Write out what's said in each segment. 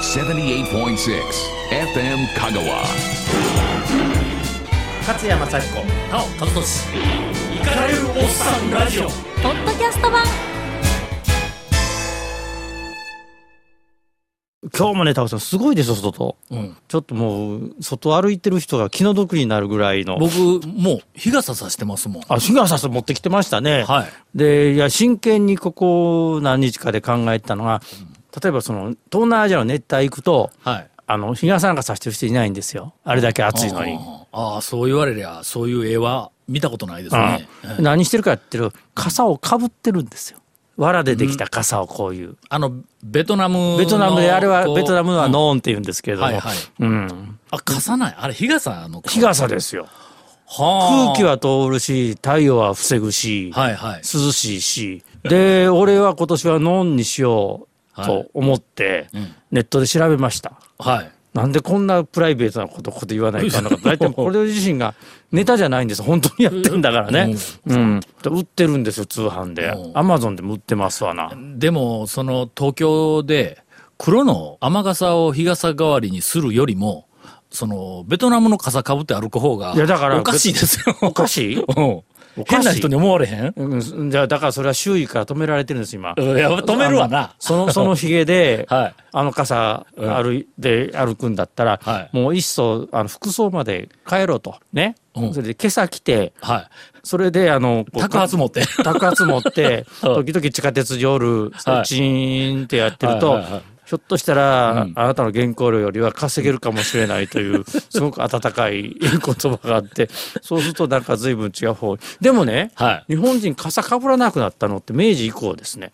78.6 FM Kagawa. 勝山幸子なお和俊イカれるおっさんラジオポッドキャスト版今日もね、タオさん、すごいでしょ、外。うんちょっともう、外歩いてる人が気の毒になるぐらいの。僕もう日傘さしてますもんあ、シンガーサス持ってきてましたね。はいで、いや、真剣にここ何日かで考えてたのが、例えばその、東南アジアの熱帯行くと、はいあの、日傘なんかさしてる人いないんですよ。あれだけ暑いのに。ああそう言われりゃそういう絵は見たことないですねうん何してるかっていうと、傘をかぶってるんですよ。藁でできた傘をこういう。あのベトナムのベトナムで、あれは、ベトナムのはうんノーンって言うんですけれども。はいはいうん。あ傘ないあれ日傘の日傘ですよ。空空気は通るし、太陽は防ぐし。はいはい涼しいし、で、俺は今年はノンにしようはいと思って、んネットで調べました。はいなんでこんなプライベートなこと、ここで言わないかんのか。大 体これ自身がネタじゃないんです。本当にやってんだからね。うん。で売ってるんですよ、通販でう。んアマゾンでも売ってますわな。でもその東京で黒の雨傘を日傘代わりにするよりもそのベトナムの傘かぶって歩く方がいやだからおかしいですよおかしい うんおかしい変な人に思われへんうん、じゃあ、だからそれは周囲から止められてるんです、今。うんや止めるわな、あのその、そのヒゲで はいあの傘歩いて歩くんだったら、はいもういっそ、あの、服装まで帰ろうと。ね。うんそれで今朝来て、はそれで、あの、いこう宅発持って宅発持 って、うん時々地下鉄夜、はいチーンってやってると、はいはいはいひょっとしたら、うんあなたの原稿料よりは稼げるかもしれないと いう、すごく温かい言葉があって、そうするとなんか随分違う方にでもね、は日い本人傘かぶらなくなったのって明治以降ですね。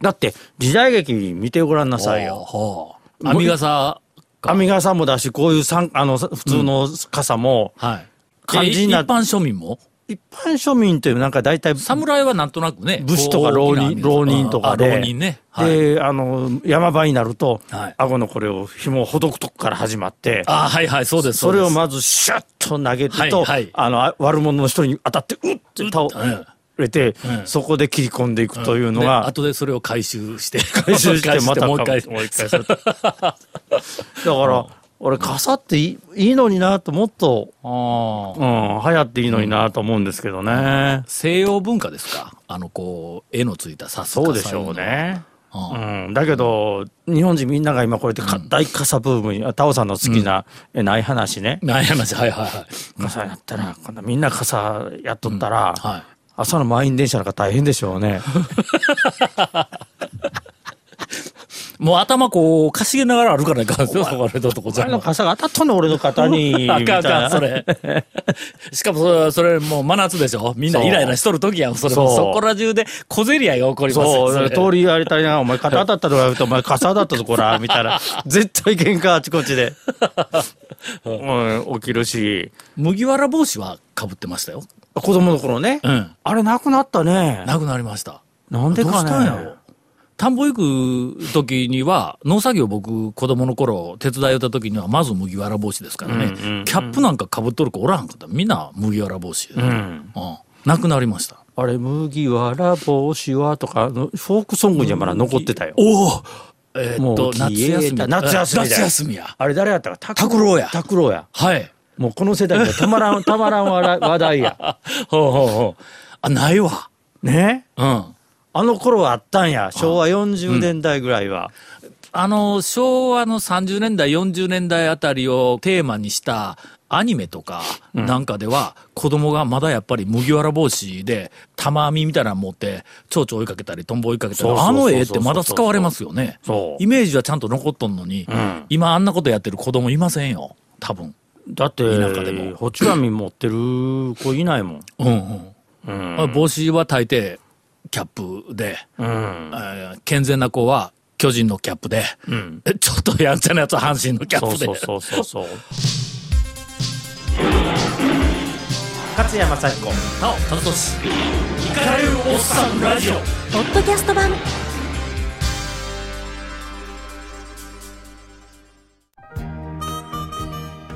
だって、時代劇見てごらんなさいよ。ほう編み傘編み傘もだし、こういうさんあのさ普通の傘も、はい肝心なえ一般庶民も一般庶民というなんか大体、侍はなんとなくね武士とかこ浪う人大きな浪人とかであ浪人ねはいで、あの、山場になると、はい顎のこれを紐をほどくとこから始まって、あはいはいそうですそうれですをまずシュッと投げてと、はいはいあの、あ悪者の人に当たって、うって倒うんれて、うんそこで切り込んでいくというのが、で後でそれを回収して、回収してまたもう 一回もう一回す るだから、俺、傘っていいいいのになと、もっと、あうん、あ流行っていいのになと思うんですけどね。西洋文化ですかあの、こう、絵のついたさすがそうでしょう。ね。そういうのはうん、だけど、日本人みんなが今これで大傘ブームに、あタオさんの好きな、えない話ねう。ん。ない話、はいはいはい。傘やったら、こんなみんな傘やっとったら、はい。朝の満員電車なんか大変でしょうね。もう頭こう、かしげながら歩かないからですよ、そこらのとこじゃ あの傘が当たったの俺の肩 に。 あかんあみたいか、なんそれ。 しかもそれ、それもう真夏でしょみんなイライラしとる時やん、それもそうそこら中で小競り合いが起こりますよそう、れ通りやりたいな、お前肩当たったとか言うと、お前傘だったぞ、こ ら、みたいな。絶対喧嘩あちこちで。うん、起きるし。麦わら帽子は被ってましたよ。子供の頃ね。うん。あれ、なくなったね。なくなりました。なんでどうかしたんやねろ。田んぼ行く時には、農作業僕、子供の頃、手伝いをった時には、まず麦わら帽子ですからね、うんうんうんキャップなんか被っとる子おらんかった。みんな麦わら帽子で、ううんん。なくなりました。あれ、麦わら帽子はとか、あのフォークソングにはまだ残ってたよ。おおえーっもとう、夏休みだ。夏休みだ夏休みや。あれ誰やったか拓郎や拓郎や。はい。もうこの世代にはたま らん、たまらん話話題や。 ほうほうほう。あ、ないわ。ねうん。あの頃はあったんや。昭和40年代ぐらいは。あの、昭和の30年代、40年代あたりをテーマにしたアニメとかなんかでは、子供がまだやっぱり麦わら帽子で、玉編みみたいなの持って、蝶々追いかけたり、トンボ追いかけたりそう、そうそあうそうの絵ってまだ使われますよね。そうイメージはちゃんと残っとんのに、ん今あんなことやってる子供いませんよ。多分。だって、田舎でもホチラミ持ってる子いないもん。うんうん。うん。あ帽子は大抵、キャップで、うん。あー健全な子は巨人のキャップで、んちょっとやんちゃなやつは阪神のキャッそうプで。そうそうそうそう。勝山幸子なお、カズトシ。イカれるおっさんラジオ。ポッドキャスト版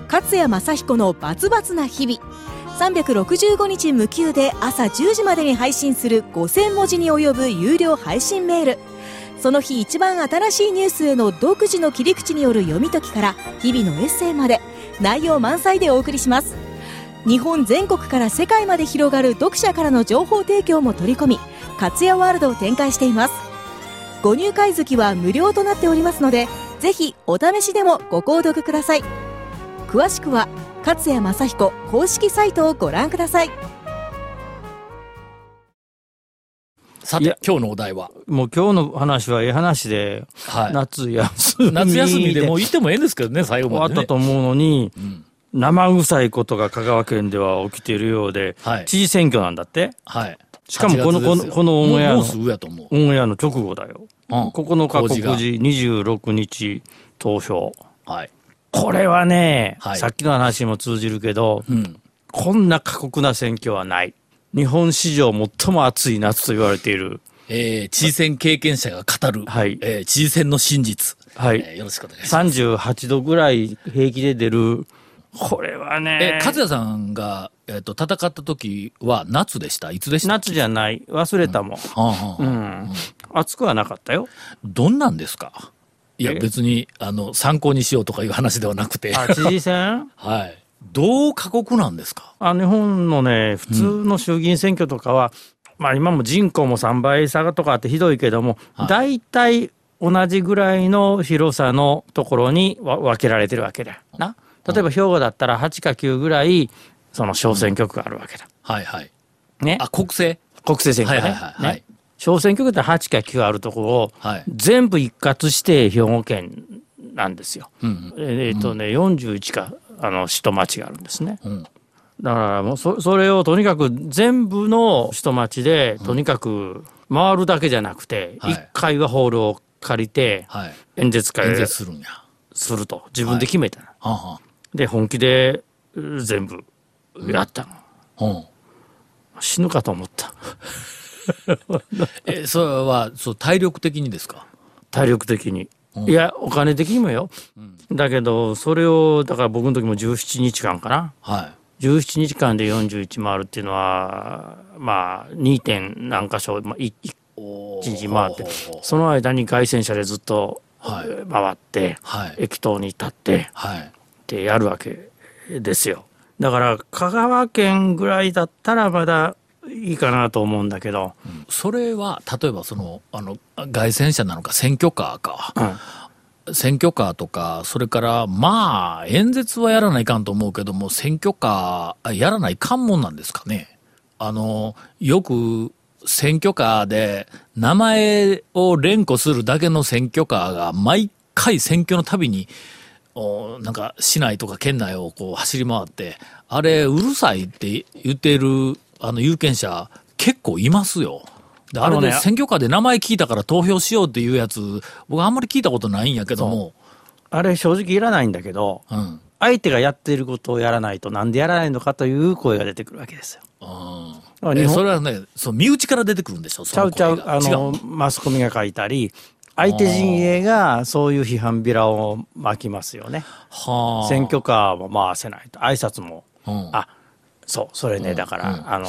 勝谷正彦のバツバツな日々365日無休で朝10時までに配信する5000文字に及ぶ有料配信メールその日一番新しいニュースへの独自の切り口による読み解きから日々のエッセイまで内容満載でお送りします日本全国から世界まで広がる読者からの情報提供も取り込み活やワールドを展開していますご入会月は無料となっておりますのでぜひお試しでもご購読ください詳しくは勝谷正彦公式サイトをご覧くださいさいてや、今日のお題は。もう今日の話はええ話で、は夏休い。み。夏休みでもう行ってもええんですけどね、最後終わまっで、ね。たと思うのに、生臭いことが香川県では起きているようで、はい知事選挙なんだって。はい。しかもこの8月でこすよのこのオンエアのもうもうすぐやと思う。オンエアの直後だよ。うん9日告示、公26日投票。はい。これはね、はいさっきの話にも通じるけど、うん。こんな過酷な選挙はない。日本史上最も暑い夏と言われている。えー、知事選経験者が語る、はいえー知事選の真実、はい。えーよろしくお願いします。 38度ぐらい平気で出る。これはえね、、勝也さんが、えっ、と、戦った時は夏でしたいつでした夏じゃない。忘れたもん。ああ、うん。暑くはなかったよ。どんなんですかいや、え別に、あの、参考にしようとかいう話ではなくて。あ、知事選 はい。どう過酷なんですか あ日本のね、普通の衆議院選挙とかは、まあ今も人口も3倍差とかあってひどいけども、大体同じぐらいの広さのところにわ分けられてるわけだよな。例えば兵庫だったら8か9ぐらい、その小選挙区があるわけだ。はいはい。ね。あ、国政国政選挙はいねはいはいはいね。小選挙区って8か9あるところをはい全部一括して兵庫県なんですよ。んえっとね、41かあの市と町があるんですね。んだからもうそそれをとにかく全部の市と町でとにかく回るだけじゃなくてはい1回はホールを借りてはい。演説会演を説するんや。すると自分で決めたの。はんはで本気でう全部やったの。ん。うん。死ぬかと思った。え、それは、そう、体力的にですか体力的に。いや、お金的にもよ。だけど、それを、だから僕の時も17日間かな。は17日間で41回るっていうのは、まあ、2. 点何箇所、まあ、1い。お日回ってほうほうほう、その間に外線車でずっとはいえー回って、はい。駅頭に立って、はい。ってやるわけですよ。だから、香川県ぐらいだったらまだいいかなと思うんだけど、それは、例えばその、あの、外戦車なのか選挙カーか。選挙カーとか、それから、まあ、演説はやらないかんと思うけども、選挙カー、あやらないかんもんなんですかね。あの、よく、選挙カーで、名前を連呼するだけの選挙カーが、毎回選挙のたびに、おなんか、市内とか県内をこう走り回って、あれ、うるさいって言ってる、あの、有権者、結構いますよ。であれあのでね選挙カーで名前聞いたから投票しようっていうやつ、僕あんまり聞いたことないんやけども、あれ正直いらないんだけど、うん。相手がやっていることをやらないと、なんでやらないのかという声が出てくるわけですよ。うあん。日え本それはね、そう、身内から出てくるんでしょ、ちゃうちゃう、あ違のう。、マスコミが書いたり、相手陣営がそういう批判ビラを巻きますよね。はあ。選挙カーも回せないと、挨拶も。うん。あそう、それね、だから、あの、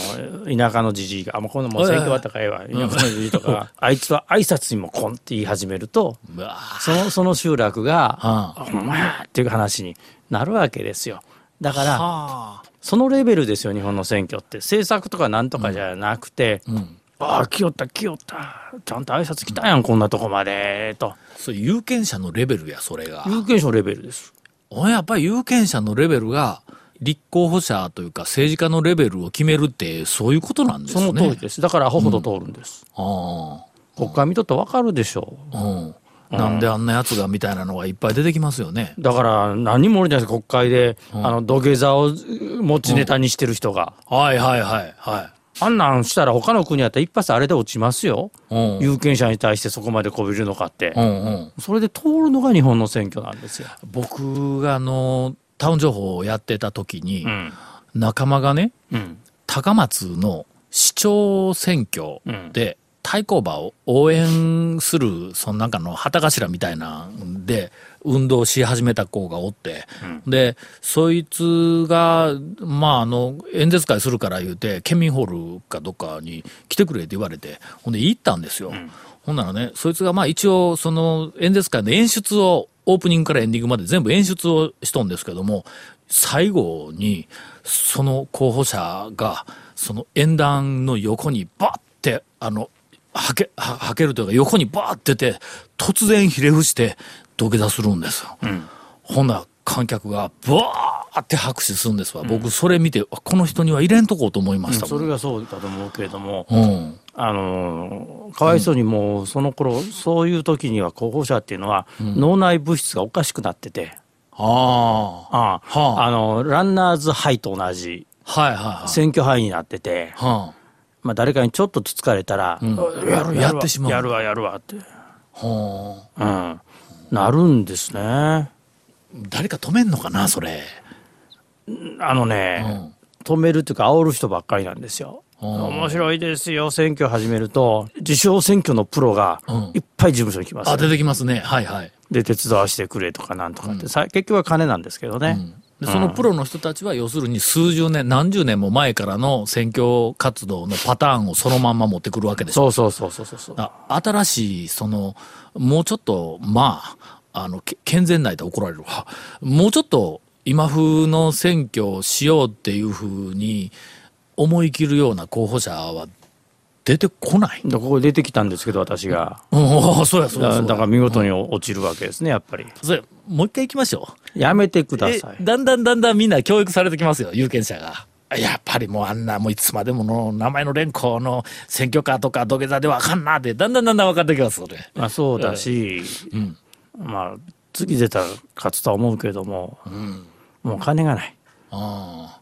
田舎のじじいが、あ、もうこのもう選挙終わったからええわ、田舎のじじいとかが、 あいつは挨拶にもこんって言い始めると、うわその、その集落が、ああほんまやっていう話になるわけですよ。だかはら、あ。そのレベルですよ、日本の選挙って。政策とかなんとかじゃなくて、ああ、来よった、来よった、ちゃんと挨拶来たやん、こんなとこまで、と。そう、有権者のレベルや、それが。有権者のレベルです。俺やっぱり有権者のレベルが、立候補者というか政治家のレベルを決めるって、そういうことなんですそね。の通りです。だから、ほほど通るんです。あ国会見とったらわかるでしょあ。うん。なんであんなやつがみたいなのがいっぱい出てきますよね。う。だから、何人もおるじゃないですか、国会で、あの、土下座を持ちネタにしてる人が。はいはいはいはあんなんしたら他の国やったら一発あれで落ちますよ。い。うん。有権者に対してそこまでこびるのかってう。んうん。それで通るのが日本の選挙なんですよ。僕があの、タウン情報をやってた時に、うん。仲間がね、うん。高松の市長選挙で、対抗馬を応援する、そのなんかの旗頭みたいなんで、運動し始めた子がおって、で、そいつが、まあ、あの、演説会するから言うて、県民ホールかどっかに来てくれって言われて、ほんで行ったんですよ。ほんならね、そいつがまあ一応、その演説会の演出を、オープニングからエンディングまで全部演出をしとんですけども、最後に、その候補者が、その演壇の横にバッて、あの、はけ、ははけるというか横にバーって出て、突然ひれ伏して土下座するんですよ。ほんなら観客がバーって拍手するんですわ。僕それ見て、あこの人には入れんとこうと思いましたもそん。れがそうだと思うけれども、うん。あのーかわいそうにもうその頃、そういう時には候補者っていうのは、脳内物質がおかしくなってて、ああ。ああはああのランナーズハイと同じはいはいはい。選挙範囲になってて、はまあ、誰かにちょっとつつかれたら、やるわやってしまうやるわやるわって、あ、はあ、うん、なるんですねあ誰か止めんのかなそれ、のね、止めるっていうか煽る人ばっかりなんですよ面白いですよ選挙始めると自称選挙のプロがうんいっぱい事務所に来ます、あ出てきますねはいはい、で手伝わせてくれとかなんとかって、さ結局は金なんですけどね、でそのプロの人たちは要するに数十年何十年も前からの選挙活動のパターンをそのまんま持ってくるわけでしょそうそうそうそうそうそうあ新しいそのもうちょっとまああのけ健全ないと怒られるわもうちょっと今風の選挙をしようっていうふうに思い切るような候補者は出てこない、でここ出てきたんですけど私がうん、 そうやそうやだそうやだから見事に落ちるわけですねやっぱりそれ、もう一回行きましょやめてくう。だえさいだんだんだんだんみんな教育されてきますよ、有権者が。やっぱりもうあんな、もういつまでもの名前の連行の選挙カーとか土下座でわかんなって、だんだんだんだん分かってきます、それ。まあ、そうだし、まあ次出たら勝つとは思うけれども、もう金がないああ。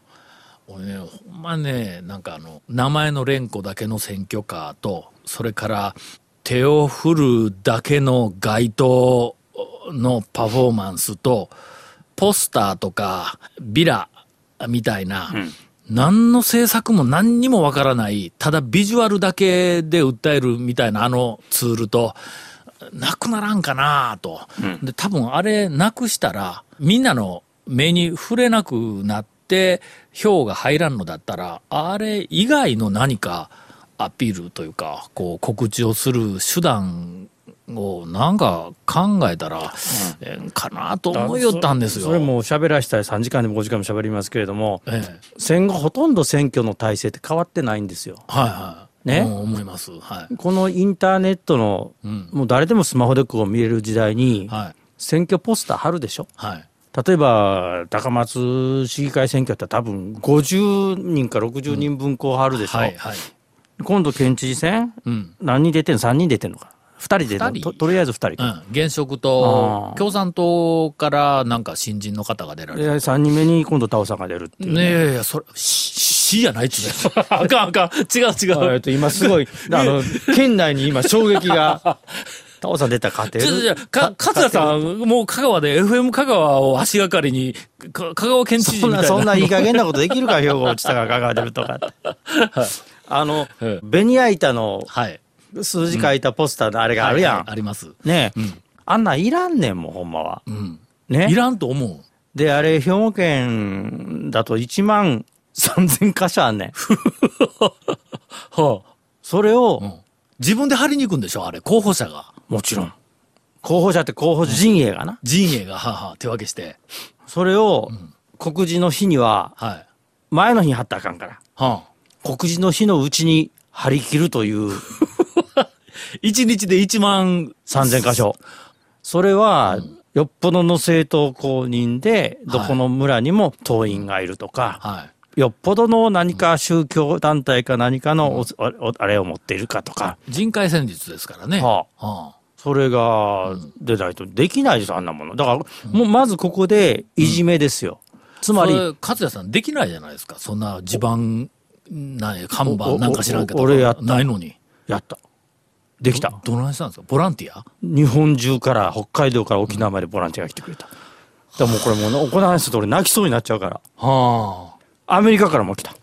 俺ね、ほんまね、なんかあの、名前の連呼だけの選挙カーと、それから手を振るだけの街頭のパフォーマンスと、ポスターとかビラみたいな、何の制作も何にもわからない、ただビジュアルだけで訴えるみたいなあのツールと、なくならんかなと、で、多分あれなくしたら、みんなの目に触れなくなって、票が入らんのだったら、あれ以外の何かアピールというか、こう告知をする手段をなんか考えたら、ええんかなと思いよったんですよ。それもう喋らしたら3時間でも5時間も喋りますけれどもええ戦後ほとんど選挙の体制って変わってないんですよはいはい。ねうん思います。はい。このインターネットの、もう誰でもスマホでこう見れる時代に、はい。選挙ポスター貼るでしょはい。例えば高松市議会選挙だったら多分50人か60人分こう貼るでしょ、はい。はい。今度県知事選、何人出てんの3人出てんのか2人出てんの二人ととりあえず2人か、うん。現職とあ、ー共産党からなんか新人の方が出られでる。 3人目に今度タオさんが出るって いう。ねえ、いや、それ、し、しじゃないっつうね あかんあかん。違う違えう。っと今すごい、あの、県内に今衝撃が、 タオさん出たら勝てちょちるょちょ、か、勝田さん、もう香川で FM 香川を足がかりに、か香川県知事そんみたな、いな。そんないい加減なことできるか、兵庫落ちたが香川出るとかって。 あの、ベニヤ板のはい。数字書いたポスターのあれがあるやはいんあ。ります。ねえ、あんなんいらんねんもん、ほんまは。ねいらんと思う。で、あれ、兵庫県だと1万3000箇所あんねん。はあ、それを、自分で張りに行くんでしょあれ、候補者が。もちろん、候補者って候補陣営がな。陣営が、はあはあ手分けして。それを、告示の日には、はい。前の日に貼ったらあかんから。はあ告示の日のうちに貼り切るという一日で1万3000箇所。それは、よっぽどの政党公認で、どこの村にも党員がいるとか、はい。よっぽどの何か宗教団体か何かのおおあれを持っているかとか、人海戦術ですからね。ははあそれが出ないとできないです、あんなもの。だから、もうまずここでいじめですよ。つまり、それ勝也さんできないじゃないですか。そんな地盤、なんや看板おなんか知らんけど。お俺やったないのに。やった。できた。どないしたんですかボランティア日本中から北海道から沖縄までボランティアが来てくれた。だからもうこれもうな行わない人と俺泣きそうになっちゃうから。はあ。アメリカからも来た。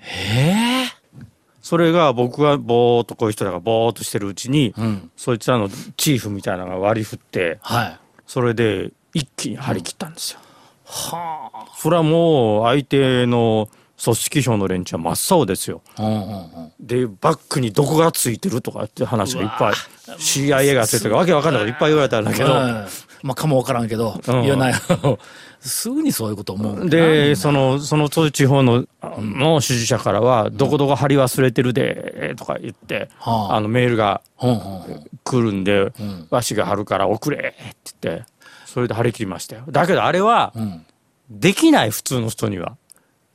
ええそれが僕がぼーっとこういう人らがぼーっとしてるうちに、そいつらのチーフみたいなのが割り振って、はい。それで一気に張り切ったんですよ。はあ。それはもう相手の組織票の連中は真っ青ですよ。うんうんうんでバックにどこがついてるとかって話がいっぱい CIA がついてるとかわけわかんないこといっぱい言われたんだけうど。んまあかもわからんけど、うんいやない すぐにそういうこと思うで、その、そのそういう地方の、あの支持者からは、どこどこ貼り忘れてるで、とか言って、はああのメールがうんうんうん来るんで、わしが貼るから送れって言って、それで貼り切りましたよ。だけどあれは、んできない普通の人には。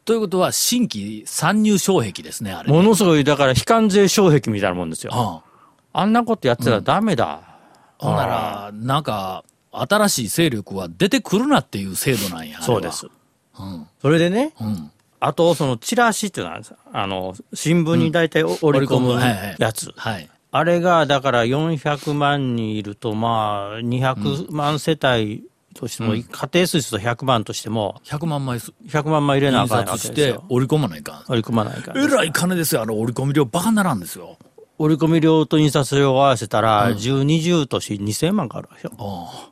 ということは新規参入障壁ですねあれものすごい、だから非関税障壁みたいなもんですよ。はああんなことやってたらダメだ。ほんなら、なんか、新しい勢力は出てくるなっていう制度なんや。あれはそうです。。うん。それでね、うん。あと、そのチラシってのは、あの、新聞に大体お織り込織り込むむはいはいやつ。はい。あれがだから400万人いると、まあ、200万世帯としても、家庭数と100万としても、 100万枚す100万枚入れなあ印かんわ刷けしですてよ。織り込まないかん。織り込まないからえ。らい金ですよ、あの織り込み量、バカならんですよ。織り込み量と印刷量を合わせたら、10、20とし2000万かあるわけよ。あ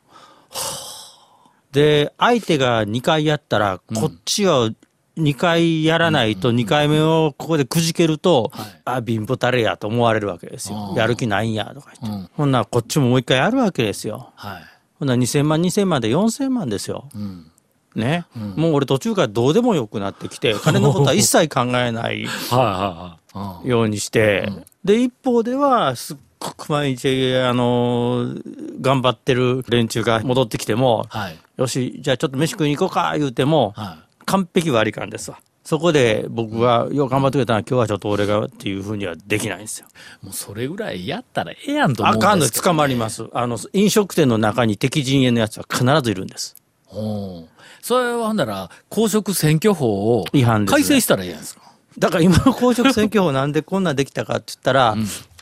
で、相手が2回やったら、こっちは2回やらないと、2回目をここでくじけると、はいあ、貧乏たれやと思われるわけですよあ。ーやる気ないんやとか言って。うんほんならこっちももう一回やるわけですよ。あ。はい。ほんなら2000万、2000万で4000万ですよ。うん。ね、もう俺途中からどうでもよくなってきて、金のことは一切考えないはいはいはい。ようにして、で、一方では、すっごく毎日、あのー頑張ってる連中が戻ってきても、はい。よし、じゃあちょっと飯食いに行こうか、言うても、は完璧割り勘ですわ。そこで僕が、よう頑張ってくれたな、今日はちょっと俺がっていうふうにはできないんですよ。い。もうそれぐらいやったらええやんと思うあんかんのでよすけど捕まります。あの、飲食店の中に敵陣営のやつは必ずいるんです。うんそれはほんなら、公職選挙法を違反ですね改正したらええやんすか。だから今の公職選挙法なんでこんなんできたかって言った ら、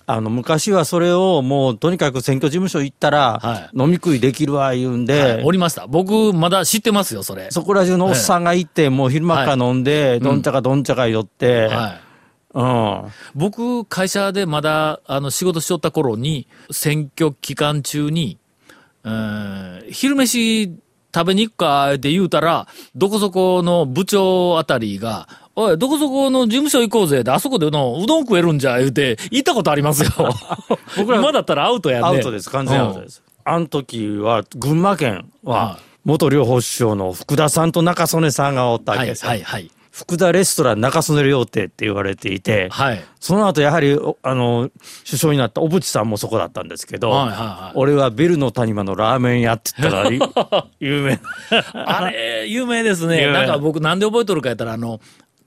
あの昔はそれをもうとにかく選挙事務所行ったら、は飲み食いできるわ言うんで、はいおりました。僕、まだ知ってますよ、それ。そこら中のおっさんが行って、もう昼間から飲んで、どんちゃかどんちゃか寄って、はい。うん、僕、会社でまだ、あの、仕事しとった頃に、選挙期間中に、うーん、昼飯食べに行くかって言うたら、どこそこの部長あたりが、おい、どこそこの事務所行こうぜって、あそこでのうどん食えるんじゃ、言うて、行ったことあり ますよ。僕 ら今だったらアウトやね。アウトです、完全アウトです。あの時は群馬県は、元両方首相の福田さんと中曽根さんがおったうん。わはけい、ですよ。はい、はい。福田レストラン中曽根料亭って言われていて、はい。その後やはりおあの首相になった小渕さんもそこだったんですけど、はいはいはい俺はビルの谷間のラーメン屋って言ったらい 有名 あれ、有名ですね。有名なんか僕なんで覚えとるかやったら、あの、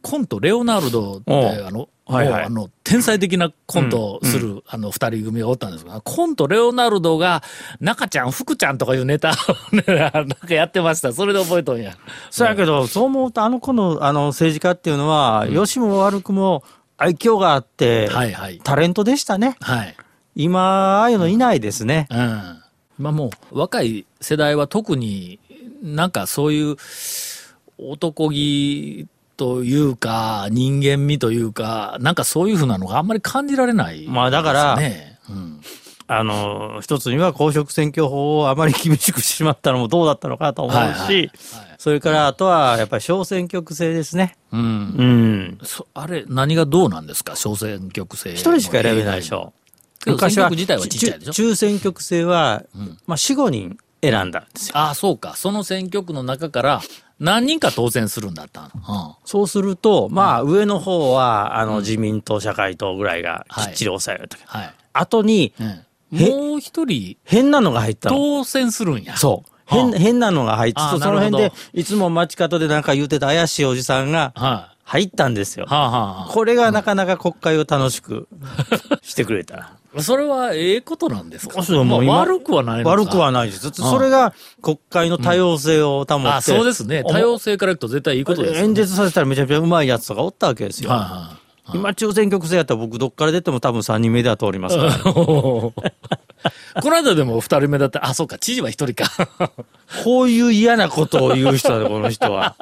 コント、レオナルドって、おうあの、はいはいもうあの、天才的なコントをする、あの、二人組がおったんですけど、コント、レオナルドが、中ちゃん、福ちゃんとかいうネタをね、 なんかやってました。それで覚えとんや。そうやけどそう思うとあの子のあの政治家っていうのは、良しも悪くも愛嬌があって、はいはい。タレントでしたねはい。今ああいうのいないですね、うん。まあもう、若い世代は特になんかそういう男気というか、人間味というか、なんかそういうふうなのがあんまり感じられない、まあだからね。うん。あの一つには公職選挙法をあまり厳しくしてしまったのもどうだったのかと思うし、はいはいはいそれからあとはやっぱり小選挙区制ですねうん。うんそあれ、何がどうなんですか小選挙区制。一人しか選べないでし。ょけど選挙区自体はちっちゃいでしょ中中選挙区制は、まあ、4、5人選んだんですよ。ああ、そうか。その選挙区の中から何人か当選するんだったの。そうすると、まあ、上の方は、あの、自民党、社会党ぐらいがはきいっちり抑えられたけど、はい。後に、うん。もう一人変なのが入ったの。当選するんや。そう。はあ変、変なのが入って、あそーなるのほど辺で、いつも街角でなんか言うてた怪しいおじさんがは入ったんですよい。。はあ、はあはこれがなかなか国会を楽し くしてくれた。あ、それはええことなんですかあそうもう今まあ悪くはないのか悪くはないです。それが国会の多様性を保って、あそうですね。多様性からいくと絶対いいことですよね。演説させたらめちゃめちゃうまいやつとかおったわけですよ。は今、中選挙区制やったら僕、どっから出ても多分3人目では通りますから、いはい。この間でも二人目だった。あ、そうか。知事は一人か。こういう嫌なことを言う人だね、この人 は。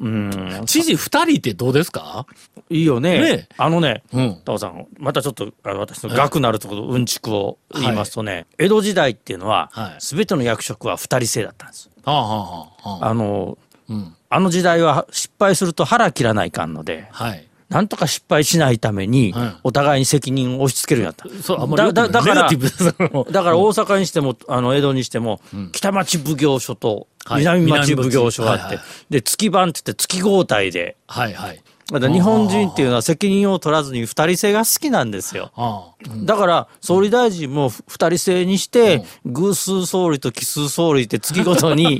うん、知事二人ってどうですかいいよね。ねえあのね、うんタオさん、またちょっとあの私の学なるところ、うんちくを言いますとね、江戸時代っていうのははい、すべての役職は2人制だったんです。はあはあはあはああの、うん。あの時代は失敗すると腹切らないかんので、はい。なんとか失敗しないためにはい、お互いに責任を押し付けるようになった。そう、あんまりよくだないだだからネガティブです。あのだから大阪にしても、あの江戸にしても、北町奉行所とはい南町奉行所があって、南町はいはで月番って言って月合体ではいはい。だから日本人っていうのは責任を取らずに二人制が好きなんですよ。ああ。だから総理大臣もふ二人制にして偶数総理と奇数総理って月ごと に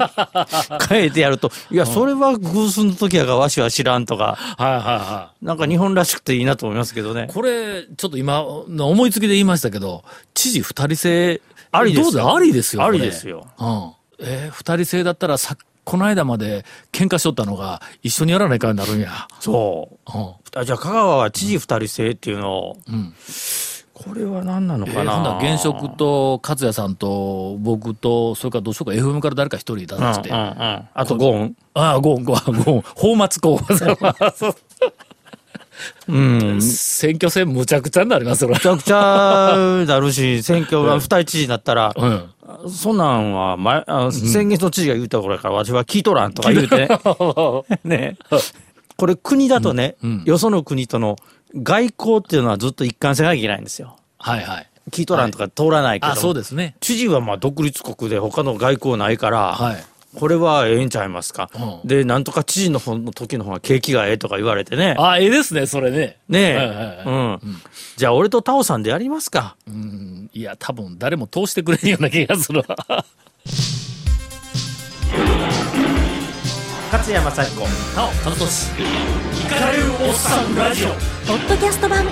変えてやるといやそれは偶数の時やがわしは知らんとかはいはいはなんか日本らしくていいなと思いますけどねい。。 これ、ちょっと今、思いつきで言いましたけど、知事二人制、ありですよどうだありですよ。ありこれですよ。うん。えー二人制だったらさ、この間まで喧嘩しとったのが、一緒にやらないかになるんや。そううん。あじゃあ香川は知事二人制っていうのを、んこれは何なのえかー、ほんななら、現職と勝也さんと僕と、それからどうしようか、FM から誰か一人出うんうんうさんせて、ああとゴーンあ、ごんごんごん、放末公うんめ選挙戦むちゃくちゃになりますよ、こちゃくちゃだるし選挙が二人知事になったられうん。そんなんは前あ先月の知事が言うた頃やから私は聞いとらんとか言うてねねこれ国だとね、よその国との外交っていうのはずっと一貫性がいけないんですよはいはい。聞いとらんとか通らないけど、あ、そうですね。知事はまあ独立国で他の外交ないから、はい。これはええんちゃいますか、うんでなんとか知事の方の時の方が景気がええとか言われてね あ、ええですね、それね。ねえ、はいはいはいうんじゃあ俺とタオさんでやりますか、うんいや、多分誰も通してくれん ような気がするわ。勝山幸子なお、楽しいかれるおっさんラジオ。ポッドキャスト版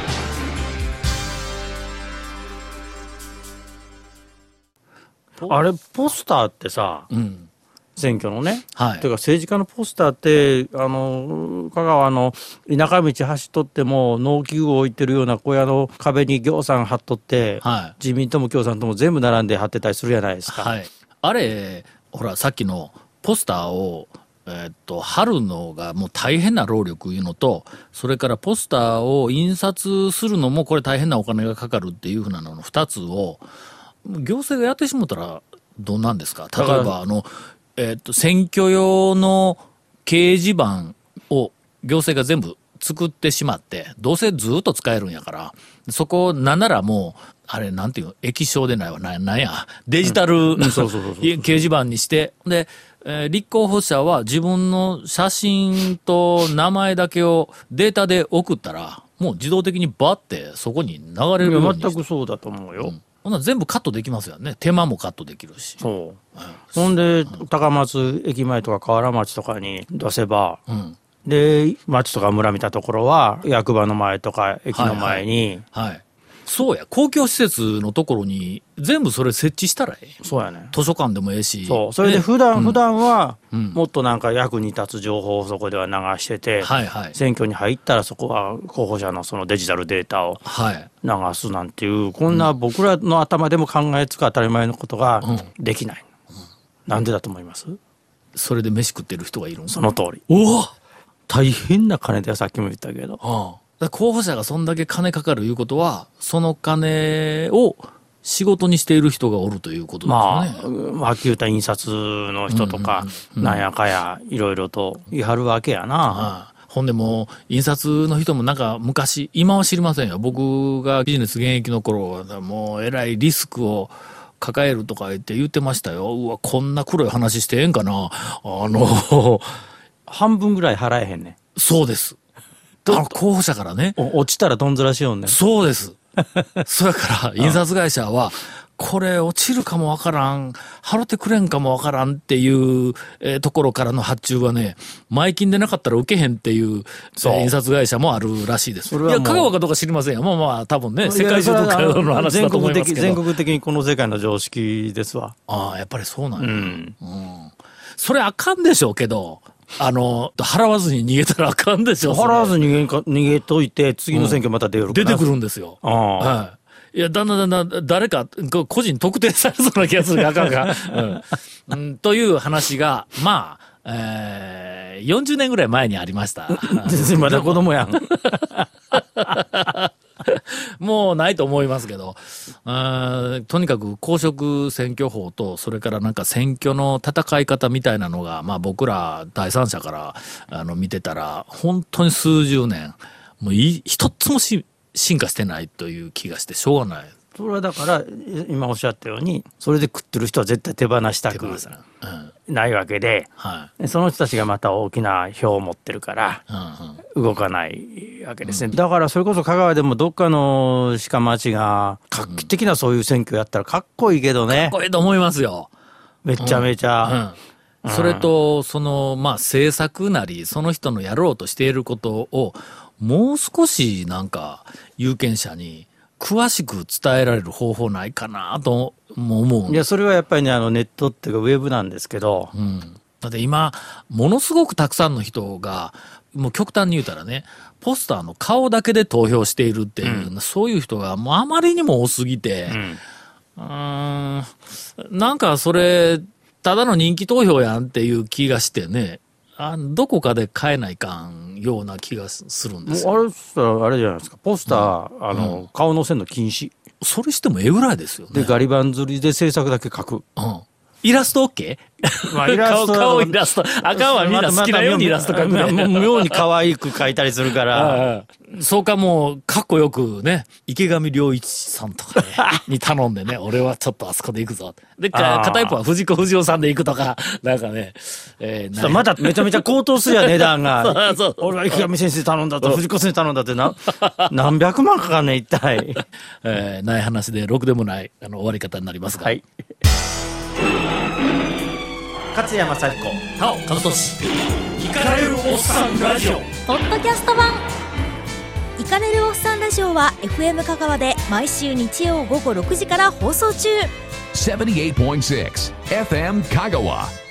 あれポスターってさうん。選挙のね、はいていうか政治家のポスターってあの香川の田舎道走っとっても農機具を置いてるような小屋の壁に行さん貼っとって、はい自民党も共産党も全部並んで貼ってたりするじゃないですか、はい。あれ、ほら、さっきのポスターを、えーっと、貼るのがもう大変な労力いうのと、それからポスターを印刷するのもこれ大変なお金がかかるっていうふうなのの2つを、行政がやってしもたらどうなんですか例えからば、あの、えーっと、選挙用の掲示板を行政が全部作ってしまって、どうせずっと使えるんやから、そこなんならもう、あれ、なんていうの、液晶でないわ、ななんや、デジタル、そうそうそうそう い掲示板にして、で、えー立候補者は自分の写真と名前だけをデータで送ったら、もう自動的にバーってそこに流れるいようやに全くそうだと思うよ、うんほんなら全部カットできますよね。手間もカットできるし。そう。ほんで、高松駅前とか河原町とかに出せば、うん。で、町とか村見たところは、役場の前とか駅の前に、はい。そうや、公共施設のところに全部それ設置したらええやん。そうやね。図書館でもええし。そう。それでね普段、普段は、んもっとなんか役に立つ情報をそこでは流してて、はいはい。選挙に入ったらそこは候補者のそのデジタルデータをはい。流すなんていう、こんな僕らの頭でも考えつく当たり前のことがんできない。なんでだと思いますそれで飯食ってる人がいるんその通り。おお大変な金だよ、さっきも言ったけど。うん、だから候補者がそんだけ金かかるいうことは、その金を仕事にしている人がおるということですよまあ、ね。はっきり言った印刷の人とか、なんやかや、いろいろと言い張るわけやな。はいほんでもう、印刷の人もなんか昔、今は知りませんよ。僕がビジネス現役の頃は、もうえらいリスクを抱えるとか言って言ってましたよ。うわ、こんな黒い話してええんかな。あの、半分ぐらい払えへんねんそうです。あの候補者からね。お落ちたらどんずらしよんねん。そうです。そやから、印刷会社は、これ落ちるかもわからん、払ってくれんかもわからんっていう、えーところからの発注はね、前金でなかったら受けへんっていう、えーそう印刷会社もあるらしいです。それはいもうや、香川かどうか知りませんよ。まあまあ、多分 ね、世界中の会話の話だと思いま全国的、すけど。全国的にこの世界の常識ですわ。ああ、やっぱりそうなんや。うん。それあかんでしょうけど、あの、払わずに逃げたらあかんでしょう。そ払れわずに逃げんか逃げといて、次の選挙また出るか出らてくるんですよ。ああはい。いや、だんだんだんだん、誰か、こ個人特定されそうな気がするあかんが、 うんうん。という話が、まあ、えー、40年ぐらい前にありました。全然まだ子供やん。もうないと思いますけど、うーんとにかく公職選挙法と、それからなんか選挙の戦い方みたいなのが、まあ僕ら第三者からあの見てたら、本当に数十年、もうい一つもし進化してないという気がしてしょうがない。それはだからい今おっしゃったようにそれで食ってる人は絶対手放したく手放せないうん。ないわけではい。その人たちがまた大きな票を持ってるからうんうん。動かないわけですね、だからそれこそ香川でもどっかの鹿町が画期的なそういう選挙やったらかっこいいけどね、これと思いますよ。めちゃめちゃ。うん、それと、その、まあ、政策なり、その人のやろうとしていることを、もう少しなんか、有権者に詳しく伝えられる方法ないかなとも思う。いやそれはやっぱりねあのネットっていうかウェブなんですけど、うんだって今、ものすごくたくさんの人が、もう極端に言うたらね、ポスターの顔だけで投票しているっていう、そういう人がもうあまりにも多すぎて、うーん、なんかそれ、ただの人気投票やんっていう気がしてね、あどこかで変えないかんような気がすするんですよ。もうあれしたらあれじゃないですかポスター、あの顔載せるの禁止それしてもえぐらいですよで、ね。ガリバン釣りで制作だけ書くうんイラスト OK? まあイラスト顔、顔イラスト。赤はみんな好きなようにイラスト描くね。またまた妙に可愛く描いたりする から。そうかもう、かっこよくね、池上良一さん とかね、に頼んでね、俺はちょっとあそこで行くぞ。で、かあー片一方は藤子不二雄さんで行くとか、 なんかね、えーそしたらまだめちゃめちゃ高騰するやん 値段が。そうそう俺は池上先生頼んだと、藤子先生頼んだってな、何百万かかんねん一体。えーない話で、ろくでもない、あの、終わり方になりますが。はい。勝山幸子タオ、カブトシ。惹かれるおっさんラジオ。ポッドキャスト版イカれるおっさんラジオは FM 香川で毎週日曜午後6時から放送中78.6 FM Kagawa.